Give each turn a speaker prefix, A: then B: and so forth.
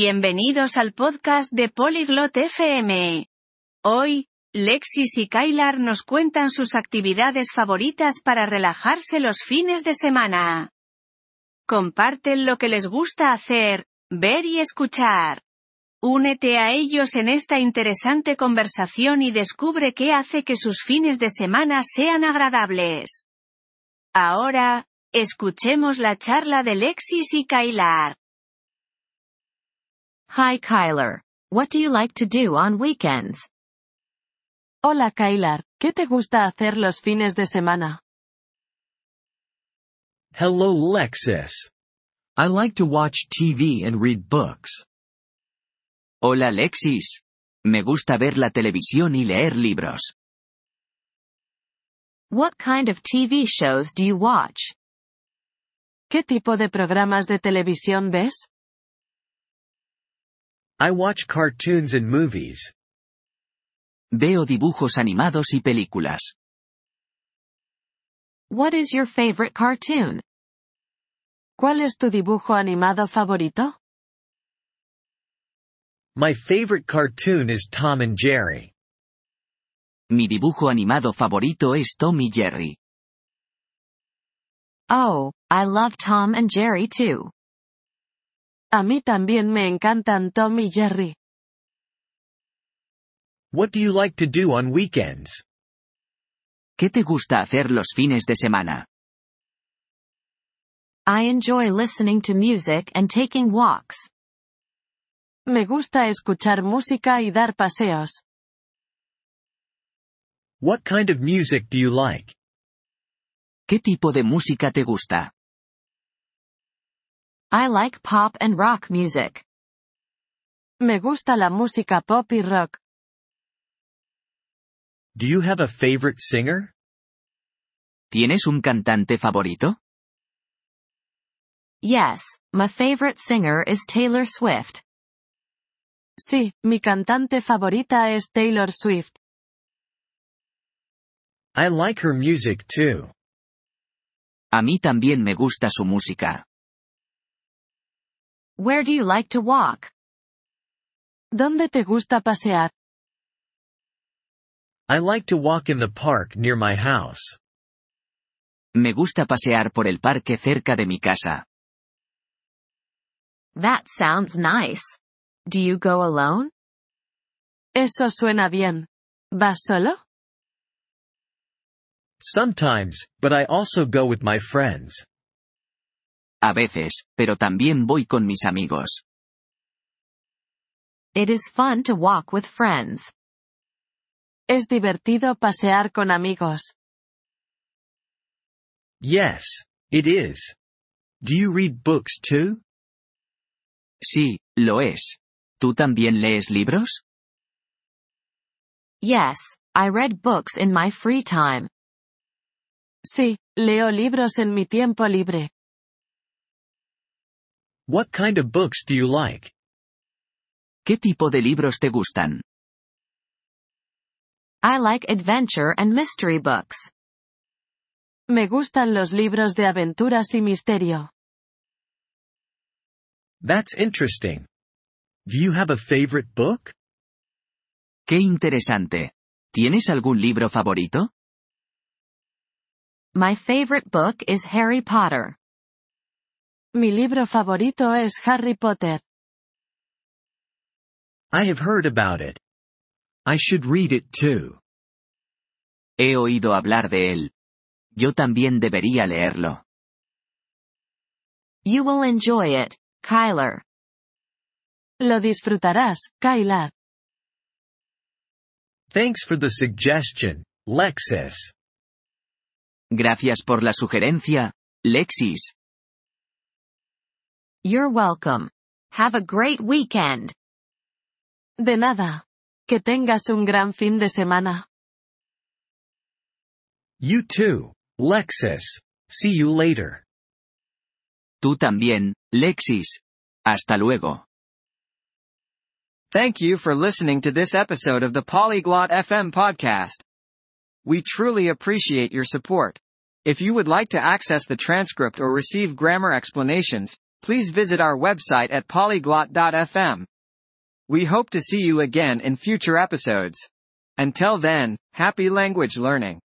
A: Bienvenidos al podcast de Polyglot FM. Hoy, Lexis y Kylar nos cuentan sus actividades favoritas para relajarse los fines de semana. Comparten lo que les gusta hacer, ver y escuchar. Únete a ellos en esta interesante conversación y descubre qué hace que sus fines de semana sean agradables. Ahora, escuchemos la charla de Lexis y Kylar.
B: Hi Kyler. What do you like to do on weekends?
C: Hola Kylar, ¿qué te gusta hacer los fines de semana?
D: Hello Lexis. I like to watch TV and read books.
E: Hola Lexis. Me gusta ver la televisión y leer libros.
B: What kind of TV shows do you watch?
C: ¿Qué tipo de programas de televisión ves?
D: I watch cartoons and movies.
E: Veo dibujos animados y películas.
B: What is your favorite cartoon?
C: ¿Cuál es tu dibujo animado favorito?
D: My favorite cartoon is Tom and Jerry.
E: Mi dibujo animado favorito es Tom y Jerry.
B: Oh, I love Tom and Jerry too.
C: A mí también me encantan Tom y Jerry.
D: What do you like to do on weekends?
E: ¿Qué te gusta hacer los fines de semana?
B: I enjoy listening to music and taking walks.
C: Me gusta escuchar música y dar paseos.
D: What kind of music do you like?
E: ¿Qué tipo de música te gusta?
B: I like pop and rock music.
C: Me gusta la música pop y rock.
D: Do you have a favorite singer?
E: ¿Tienes un cantante favorito?
B: Yes, my favorite singer is Taylor Swift.
C: Sí, mi cantante favorita es Taylor Swift.
D: I like her music too.
E: A mí también me gusta su música.
B: Where do you like to walk?
C: ¿Dónde te gusta pasear?
D: I like to walk in the park near my house.
E: Me gusta pasear por el parque cerca de mi casa.
B: That sounds nice. Do you go alone?
C: Eso suena bien. ¿Vas solo?
D: Sometimes, but I also go with my friends.
E: A veces, pero también voy con mis amigos.
B: It is fun to walk with friends.
C: Es divertido pasear con amigos.
D: Yes, it is. Do you read books too?
E: Sí, lo es. ¿Tú también lees libros?
B: Yes, I read books in my free time.
C: Sí, leo libros en mi tiempo libre.
D: What kind of books do you like?
E: ¿Qué tipo de libros te gustan?
B: I like adventure and mystery books.
C: Me gustan los libros de aventuras y misterio.
D: That's interesting. Do you have a favorite book?
E: ¡Qué interesante! ¿Tienes algún libro favorito?
B: My favorite book is Harry Potter.
C: Mi libro favorito es Harry Potter.
D: I have heard about it. I should read it too.
E: He oído hablar de él. Yo también debería leerlo.
B: You will enjoy it, Kyler.
C: Lo disfrutarás, Kylar.
D: Thanks for the suggestion, Lexis.
E: Gracias por la sugerencia, Lexis.
B: You're welcome. Have a great weekend.
C: De nada. Que tengas un gran fin de semana.
D: You too, Lexis. See you later.
E: Tú también, Lexis. Hasta luego.
F: Thank you for listening to this episode of the Polyglot FM podcast. We truly appreciate your support. If you would like to access the transcript or receive grammar explanations,
D: please visit our website at polyglot.fm. We hope to see you again in future episodes. Until then, happy language learning.